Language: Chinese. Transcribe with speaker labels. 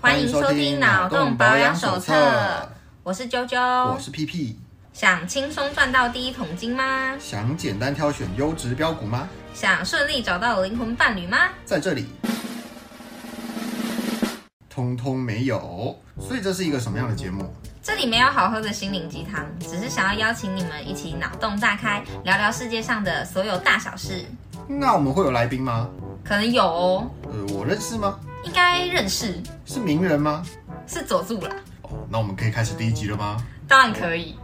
Speaker 1: 欢迎收听《脑洞保养手册》，我是啾啾
Speaker 2: 我。是屁屁。
Speaker 1: 想轻松赚到第一桶金吗？
Speaker 2: 想简单挑选优质标股吗？
Speaker 1: 想顺利找到灵魂伴侣吗？
Speaker 2: 在这里，通通没有。所以这是一个什么样的节目？
Speaker 1: 这里没有好喝的心灵鸡汤，只是想要邀请你们一起脑洞大开，聊聊世界上的所有大小事。
Speaker 2: 那我们会有来宾吗？
Speaker 1: 可能有哦，
Speaker 2: 呃，我认识吗？
Speaker 1: 应该认识，
Speaker 2: 是名人吗？
Speaker 1: 是佐助啦，
Speaker 2: 哦，那我们可以开始第一集了吗？
Speaker 1: 当然可以。